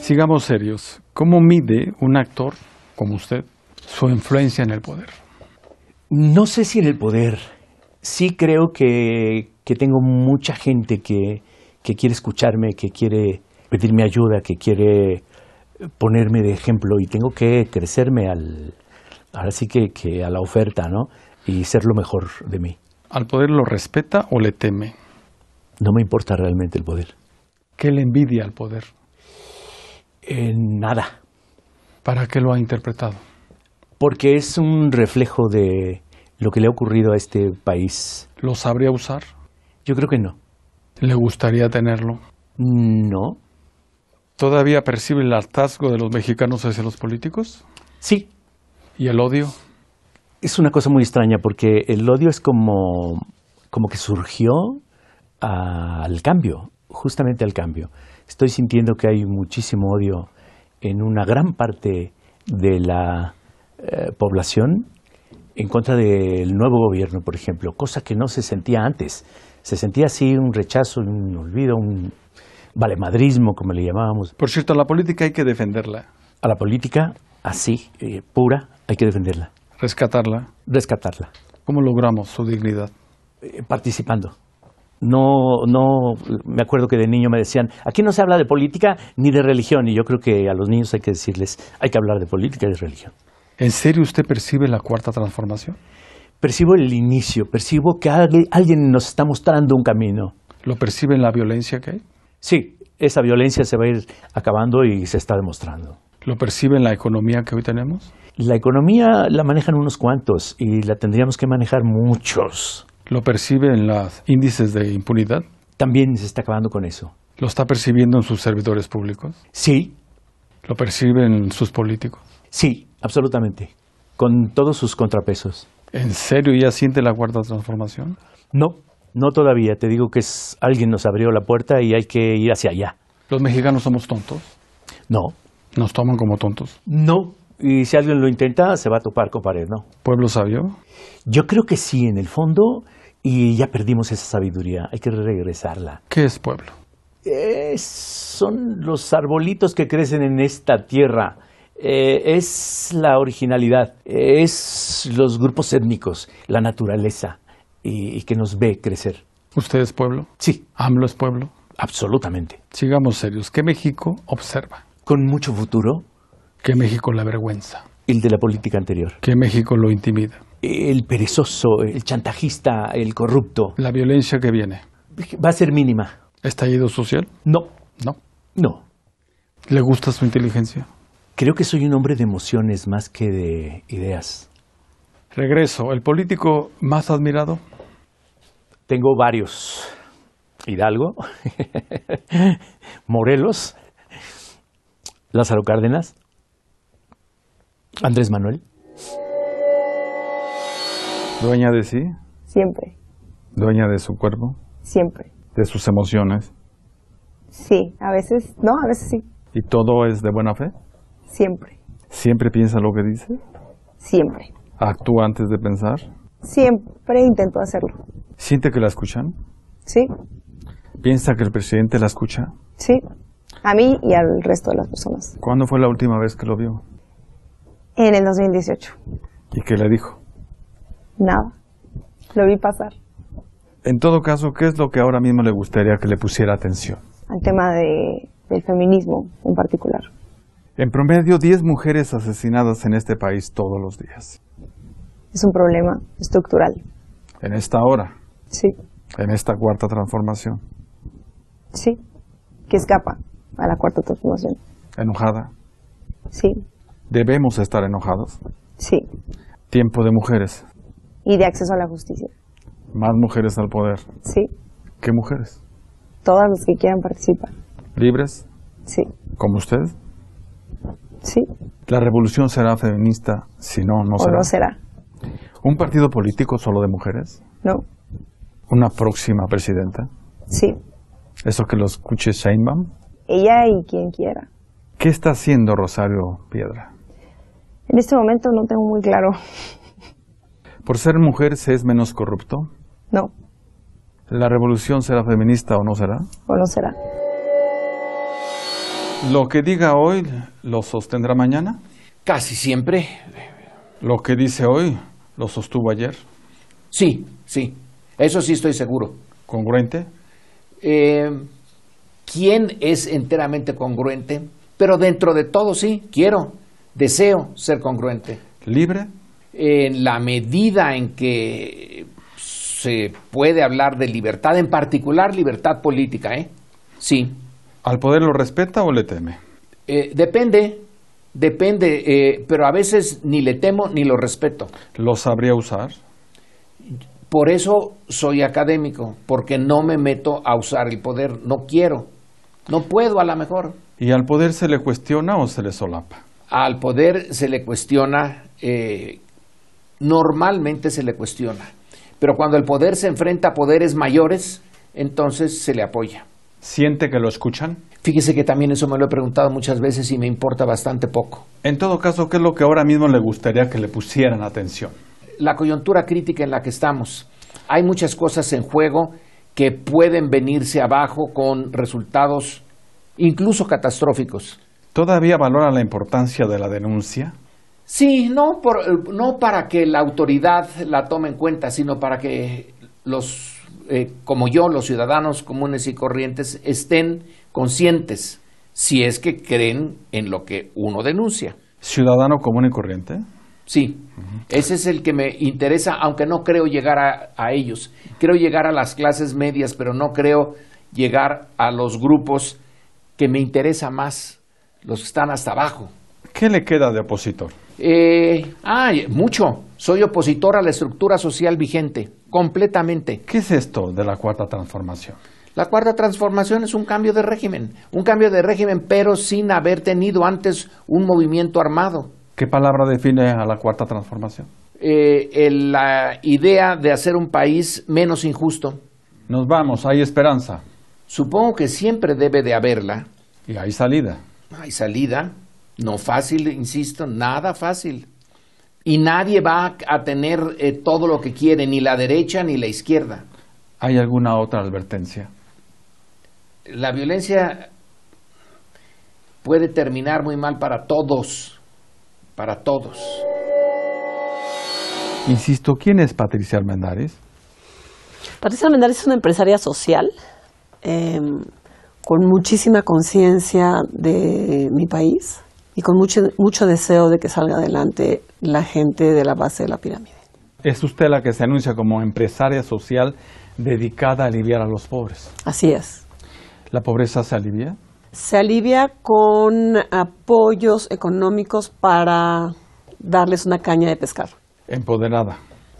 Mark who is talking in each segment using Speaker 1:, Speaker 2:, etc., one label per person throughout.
Speaker 1: sigamos serios. ¿Cómo mide un actor como usted su influencia en el poder?
Speaker 2: No sé si en el poder. Sí creo que, que tengo mucha gente que, que quiere escucharme, que quiere pedirme ayuda, que quiere ponerme de ejemplo y tengo que crecerme al, ahora sí que, que a la oferta, ¿no? Y ser lo mejor de mí.
Speaker 1: ¿Al poder lo respeta o le teme?
Speaker 2: No me importa realmente el poder.
Speaker 1: ¿Qué le envidia al poder?
Speaker 2: Eh, nada,
Speaker 1: ¿Para qué lo ha interpretado?
Speaker 2: porque es un reflejo de lo que le ha ocurrido a este país.
Speaker 1: ¿Lo sabría usar?
Speaker 2: Yo creo que no.
Speaker 1: ¿Le gustaría tenerlo?
Speaker 2: No.
Speaker 1: ¿Todavía percibe el hartazgo de los mexicanos hacia los políticos?
Speaker 2: Sí,
Speaker 1: ¿Y el odio?
Speaker 2: Es una cosa muy extraña porque el odio es como, como que surgió a- al cambio, justamente al cambio. Estoy sintiendo que hay muchísimo odio en una gran parte de la eh, población en contra del nuevo gobierno, por ejemplo, cosa que no se sentía antes. Se sentía así un rechazo, un olvido, un valemadrismo, como le llamábamos.
Speaker 1: Por cierto, la política hay que defenderla,
Speaker 2: A la política así, eh, pura, hay que defenderla,
Speaker 1: rescatarla.
Speaker 2: rescatarla.
Speaker 1: ¿Cómo logramos su dignidad?
Speaker 2: eh, participando. No, no, me acuerdo que de niño me decían, aquí no se habla de política ni de religión, y yo creo que a los niños hay que decirles, hay que hablar de política y de religión.
Speaker 1: ¿En serio usted percibe la cuarta transformación?
Speaker 2: Percibo el inicio, percibo que al- alguien nos está mostrando un camino.
Speaker 1: ¿Lo percibe en la violencia que hay?
Speaker 2: Sí, esa violencia se va a ir acabando y se está demostrando.
Speaker 1: ¿Lo percibe en la economía que hoy tenemos?
Speaker 2: La economía la manejan unos cuantos y la tendríamos que manejar muchos.
Speaker 1: ¿Lo percibe en los índices de impunidad?
Speaker 2: También se está acabando con eso.
Speaker 1: ¿Lo está percibiendo en sus servidores públicos?
Speaker 2: Sí,
Speaker 1: ¿Lo percibe en sus políticos?
Speaker 2: sí, absolutamente, con todos sus contrapesos.
Speaker 1: ¿En serio ya siente la cuarta transformación?
Speaker 2: No, no todavía. Te digo que es, alguien nos abrió la puerta y hay que ir hacia allá.
Speaker 1: ¿Los mexicanos somos tontos?
Speaker 2: No,
Speaker 1: ¿Nos toman como tontos?
Speaker 2: no. Y si alguien lo intenta, se va a topar con pared, ¿no?
Speaker 1: ¿Pueblo sabio?
Speaker 2: Yo creo que sí, en el fondo, y ya perdimos esa sabiduría. Hay que regresarla.
Speaker 1: ¿Qué es pueblo?
Speaker 2: Eh, son los arbolitos que crecen en esta tierra. Eh, es la originalidad, Eh, es los grupos étnicos, la naturaleza, y- y que nos ve crecer.
Speaker 1: ¿Usted es pueblo?
Speaker 2: Sí,
Speaker 1: AMLO es pueblo.
Speaker 2: absolutamente.
Speaker 1: Sigamos serios. ¿Qué México observa?
Speaker 2: Con mucho futuro,
Speaker 1: ¿Qué México la avergüenza?
Speaker 2: el de la política anterior.
Speaker 1: ¿Qué México lo intimida?
Speaker 2: el perezoso, el chantajista, el corrupto,
Speaker 1: ¿La violencia que viene?
Speaker 2: va a ser mínima.
Speaker 1: ¿Estallido social?
Speaker 2: No,
Speaker 1: No.
Speaker 2: no.
Speaker 1: ¿Le gusta su inteligencia?
Speaker 2: Creo que soy un hombre de emociones más que de ideas.
Speaker 1: Regreso. ¿El político más admirado?
Speaker 2: Tengo varios. Hidalgo, Morelos, Lázaro Cárdenas, Andrés Manuel.
Speaker 3: Dueña de sí,
Speaker 4: Siempre,
Speaker 3: dueña de su cuerpo,
Speaker 4: siempre.
Speaker 3: de sus emociones.
Speaker 4: Sí, a veces no, a veces sí.
Speaker 3: Y todo es de buena fe.
Speaker 4: Siempre,
Speaker 3: Siempre piensa lo que dice.
Speaker 4: siempre.
Speaker 3: Actúa antes de pensar.
Speaker 4: Siempre intento hacerlo.
Speaker 3: Siente que la escuchan.
Speaker 4: Sí,
Speaker 3: Piensa que el presidente la escucha.
Speaker 4: sí. A mí y al resto de las personas.
Speaker 3: ¿Cuándo fue la última vez que lo vio?
Speaker 4: En el 2018.
Speaker 3: ¿Y qué le dijo?
Speaker 4: Nada. Lo vi pasar
Speaker 3: En todo caso, ¿qué es lo que ahora mismo le gustaría que le pusiera atención?
Speaker 4: al tema de, del feminismo en particular.
Speaker 3: En promedio, 10 mujeres asesinadas en este país todos los días.
Speaker 4: Es un problema estructural.
Speaker 3: En esta hora,
Speaker 4: Sí,
Speaker 3: en esta cuarta transformación.
Speaker 4: sí. Que escapa a la cuarta transformación.
Speaker 3: Enojada.
Speaker 4: Sí,
Speaker 3: Debemos estar enojados.
Speaker 4: sí.
Speaker 3: Tiempo de mujeres.
Speaker 4: Y de acceso a la justicia.
Speaker 3: Más mujeres al poder.
Speaker 4: Sí.
Speaker 3: ¿Qué mujeres?
Speaker 4: Todas las que quieran participar.
Speaker 3: ¿Libres?
Speaker 4: Sí,
Speaker 3: ¿Como usted?
Speaker 4: sí.
Speaker 3: La revolución será feminista, si no, no
Speaker 4: o
Speaker 3: será.
Speaker 4: no será.
Speaker 3: ¿Un partido político solo de mujeres?
Speaker 4: No.
Speaker 3: ¿Una próxima presidenta?
Speaker 4: Sí,
Speaker 3: ¿Eso que lo escuche Sheinbaum?
Speaker 4: ella y quien quiera.
Speaker 3: ¿Qué está haciendo Rosario Piedra?
Speaker 4: En este momento no tengo muy claro.
Speaker 3: ¿Por ser mujer se es menos corrupto?
Speaker 4: No,
Speaker 3: ¿La revolución será feminista o no será?
Speaker 4: o no será.
Speaker 3: Lo que diga hoy lo sostendrá mañana.
Speaker 5: Casi siempre.
Speaker 3: Lo que dice hoy lo sostuvo ayer.
Speaker 5: Sí, sí. Eso sí estoy seguro.
Speaker 3: Congruente.
Speaker 5: Eh, ¿Quién es enteramente congruente? Pero dentro de todo sí, quiero, deseo ser congruente.
Speaker 3: Libre.
Speaker 5: En la medida en que se puede hablar de libertad, en particular libertad política, ¿eh? Sí.
Speaker 3: ¿Al poder lo respeta o le teme?
Speaker 5: Eh, depende, depende, eh, pero a veces ni le temo ni lo respeto.
Speaker 3: ¿Lo sabría usar?
Speaker 5: Por eso soy académico, porque no me meto a usar el poder, no quiero, no puedo a lo mejor.
Speaker 3: ¿Y al poder se le cuestiona o se le solapa?
Speaker 5: Al poder se le cuestiona, eh, normalmente se le cuestiona, pero cuando el poder se enfrenta a poderes mayores, entonces se le apoya.
Speaker 3: ¿Siente que lo escuchan?
Speaker 5: Fíjese que también eso me lo he preguntado muchas veces y me importa bastante poco.
Speaker 3: En todo caso, ¿qué es lo que ahora mismo le gustaría que le pusieran atención?
Speaker 5: La coyuntura crítica en la que estamos. Hay muchas cosas en juego que pueden venirse abajo con resultados incluso catastróficos.
Speaker 3: ¿Todavía valora la importancia de la denuncia?
Speaker 5: Sí, no, por- no para que la autoridad la tome en cuenta, sino para que los, eh, como yo, los ciudadanos comunes y corrientes, estén conscientes si es que creen en lo que uno denuncia.
Speaker 3: ¿Ciudadano común y corriente?
Speaker 5: Sí, ese es el que me interesa, aunque no creo llegar a, a ellos. Creo llegar a las clases medias, pero no creo llegar a los grupos que me interesa más, los que están hasta abajo.
Speaker 3: ¿Qué le queda de opositor?
Speaker 5: Eh, ah, mucho. Soy opositor a la estructura social vigente, completamente.
Speaker 3: ¿Qué es esto de la cuarta transformación?
Speaker 5: La cuarta transformación es un cambio de régimen, un cambio de régimen, pero sin haber tenido antes un movimiento armado.
Speaker 3: ¿Qué palabra define a la cuarta transformación?
Speaker 5: Eh, el- la idea de hacer un país menos injusto,
Speaker 3: Nos vamos, hay esperanza
Speaker 5: Supongo que siempre debe de haberla.
Speaker 3: y hay salida.
Speaker 5: Hay salida, no fácil, insisto, nada fácil. Y nadie va a tener eh, todo lo que quiere, ni la derecha ni la izquierda.
Speaker 3: ¿Hay alguna otra advertencia?
Speaker 5: La violencia puede terminar muy mal para todos, para todos.
Speaker 3: Insisto, ¿quién es Patricia Almendares?
Speaker 6: Patricia Almendares es una empresaria social eh, con muchísima conciencia de mi país y con mucho, mucho deseo de que salga adelante la gente de la base de la pirámide.
Speaker 3: Es usted la que se anuncia como empresaria social dedicada a aliviar a los pobres.
Speaker 6: Así es.
Speaker 3: ¿La pobreza se alivia?
Speaker 6: Se alivia con apoyos económicos para darles una caña de pescar.
Speaker 3: Empoderada.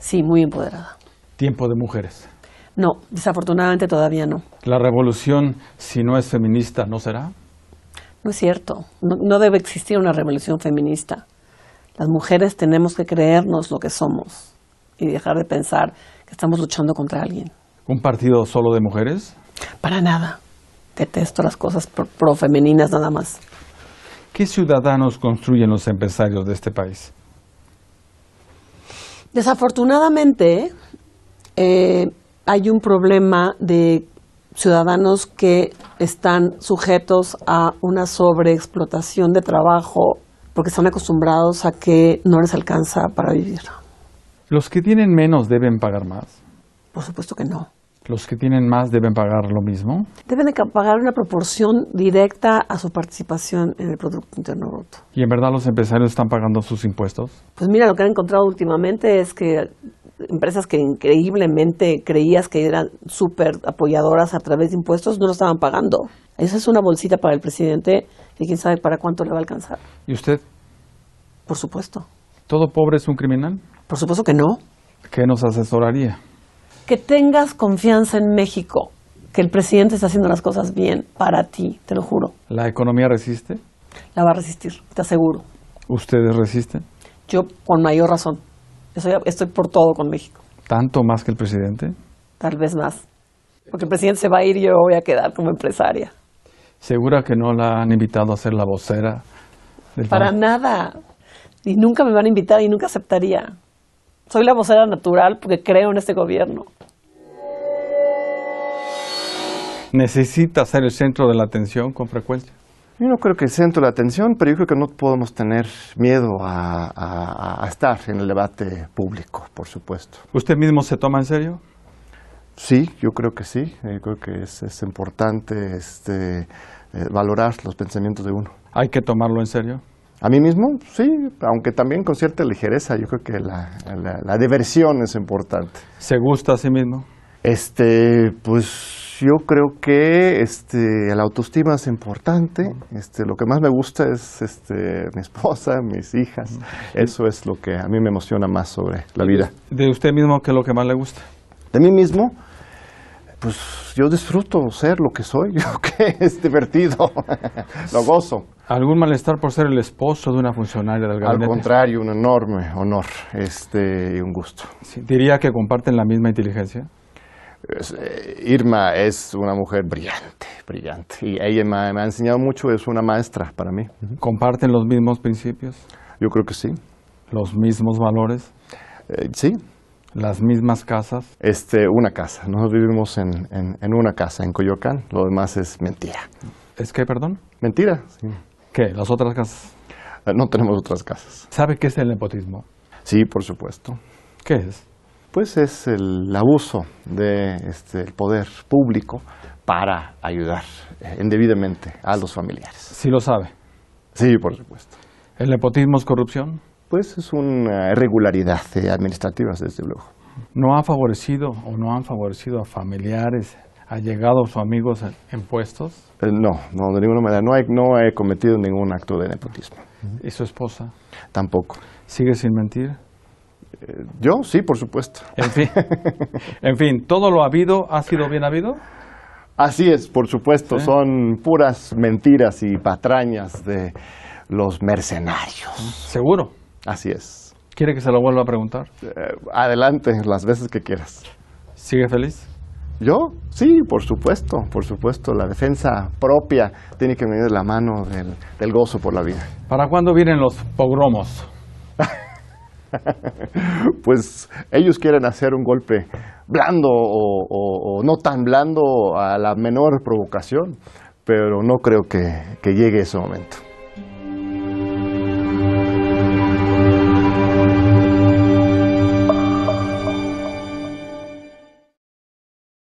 Speaker 6: Sí, muy empoderada.
Speaker 3: Tiempo de mujeres.
Speaker 6: No, desafortunadamente todavía no.
Speaker 3: La revolución, si no es feminista, ¿no será?
Speaker 6: No es cierto. No, no debe existir una revolución feminista. Las mujeres tenemos que creernos lo que somos y dejar de pensar que estamos luchando contra alguien.
Speaker 3: ¿Un partido solo de mujeres?
Speaker 6: Para nada. Detesto las cosas pro- profemeninas nada más.
Speaker 3: ¿Qué ciudadanos construyen los empresarios de este país?
Speaker 6: Desafortunadamente, eh, hay un problema de ciudadanos que están sujetos a una sobreexplotación de trabajo porque están acostumbrados a que no les alcanza para vivir.
Speaker 3: ¿Los que tienen menos deben pagar más?
Speaker 6: Por supuesto que no.
Speaker 3: ¿Los que tienen más deben pagar lo mismo?
Speaker 6: Deben de ca- pagar una proporción directa a su participación en el Producto Interno Bruto.
Speaker 3: ¿Y en verdad los empresarios están pagando sus impuestos?
Speaker 6: Pues mira, lo que han encontrado últimamente es que empresas que increíblemente creías que eran súper apoyadoras a través de impuestos no lo estaban pagando. Esa es una bolsita para el presidente y quién sabe para cuánto le va a alcanzar.
Speaker 3: ¿Y usted?
Speaker 6: Por supuesto.
Speaker 3: ¿Todo pobre es un criminal?
Speaker 6: Por supuesto que no.
Speaker 3: ¿Qué nos asesoraría?
Speaker 6: Que tengas confianza en México, que el presidente está haciendo las cosas bien para ti, te lo juro.
Speaker 3: ¿La economía resiste?
Speaker 6: La va a resistir, te aseguro.
Speaker 3: ¿Ustedes resisten?
Speaker 6: Yo con mayor razón. Estoy, estoy por todo con México,
Speaker 3: ¿Tanto más que el presidente?
Speaker 6: tal vez más. Porque el presidente se va a ir y yo voy a quedar como empresaria.
Speaker 3: ¿Segura que no la han invitado a ser la vocera? Del
Speaker 6: Para
Speaker 3: pan?
Speaker 6: nada. Y nunca me van a invitar y nunca aceptaría. Soy la vocera natural porque creo en este gobierno.
Speaker 3: ¿Necesita ser el centro de la atención con frecuencia?
Speaker 7: Yo no creo que el centro de la atención, pero yo creo que no podemos tener miedo a, a- a estar en el debate público, por supuesto.
Speaker 3: ¿Usted mismo se toma en serio?
Speaker 7: Sí, yo creo que sí. eh, creo que es, es importante este, eh, valorar los pensamientos de uno.
Speaker 3: ¿Hay que tomarlo en serio?
Speaker 7: A mí mismo, sí, aunque también con cierta ligereza. Yo creo que la, la- la diversión es importante.
Speaker 3: ¿Se gusta a sí mismo?
Speaker 7: Este, pues yo creo que este, la autoestima es importante. Este, lo que más me gusta es este, mi esposa, mis hijas. Eso es lo que a mí me emociona más sobre la vida.
Speaker 3: ¿De usted mismo qué es lo que más le gusta?
Speaker 7: De mí mismo, pues yo disfruto ser lo que soy. Yo creo que es divertido. lo gozo.
Speaker 3: ¿Algún malestar por ser el esposo de una funcionaria del
Speaker 7: Al
Speaker 3: gabinete?
Speaker 7: contrario, un enorme honor este, y un gusto.
Speaker 3: Sí, ¿Diría que comparten la misma inteligencia?
Speaker 7: Es, eh, Irma es una mujer brillante, brillante. Y ella me ha, me ha enseñado mucho, es una maestra para mí.
Speaker 3: ¿Comparten los mismos principios?
Speaker 7: Yo creo que sí.
Speaker 3: ¿Los mismos valores?
Speaker 7: Eh, sí,
Speaker 3: ¿Las mismas casas?
Speaker 7: este, una casa. Nosotros vivimos en, en- en una casa, en Coyoacán. Lo demás es mentira.
Speaker 3: ¿Es que, perdón?
Speaker 7: Mentira. sí.
Speaker 3: ¿Qué? ¿Las otras casas?
Speaker 7: Eh, No tenemos otras casas.
Speaker 3: ¿Sabe qué es el nepotismo?
Speaker 7: Sí, por supuesto.
Speaker 3: ¿Qué es?
Speaker 7: Pues es el abuso del de, este, el poder público para ayudar eh, indebidamente a los familiares.
Speaker 3: Sí lo sabe.
Speaker 7: Sí, por supuesto.
Speaker 3: ¿El nepotismo es corrupción?
Speaker 7: Pues es una irregularidad eh, administrativa, desde luego.
Speaker 3: ¿No ha favorecido o no han favorecido a familiares, allegados o amigos en- en puestos?
Speaker 7: Eh, No, no, de ninguna manera. No he, no he cometido ningún acto de nepotismo.
Speaker 3: ¿Y su esposa?
Speaker 7: Tampoco.
Speaker 3: ¿Sigue sin mentir?
Speaker 7: Eh, Yo sí, por supuesto.
Speaker 3: En fin, en fin, todo lo habido ha sido bien habido.
Speaker 7: Así es, por supuesto. Son puras mentiras y patrañas de los mercenarios.
Speaker 3: Seguro.
Speaker 7: Así es.
Speaker 3: ¿Quiere que se lo vuelva a preguntar?
Speaker 7: Eh, adelante, las veces que quieras.
Speaker 3: ¿Sigue feliz?
Speaker 7: Yo, sí, por supuesto, por supuesto. La defensa propia tiene que venir de la mano del, del gozo por la vida.
Speaker 3: ¿Para cuándo vienen los pogromos?
Speaker 7: Pues ellos quieren hacer un golpe blando o, o- o no tan blando a la menor provocación, pero no creo que, que llegue ese momento.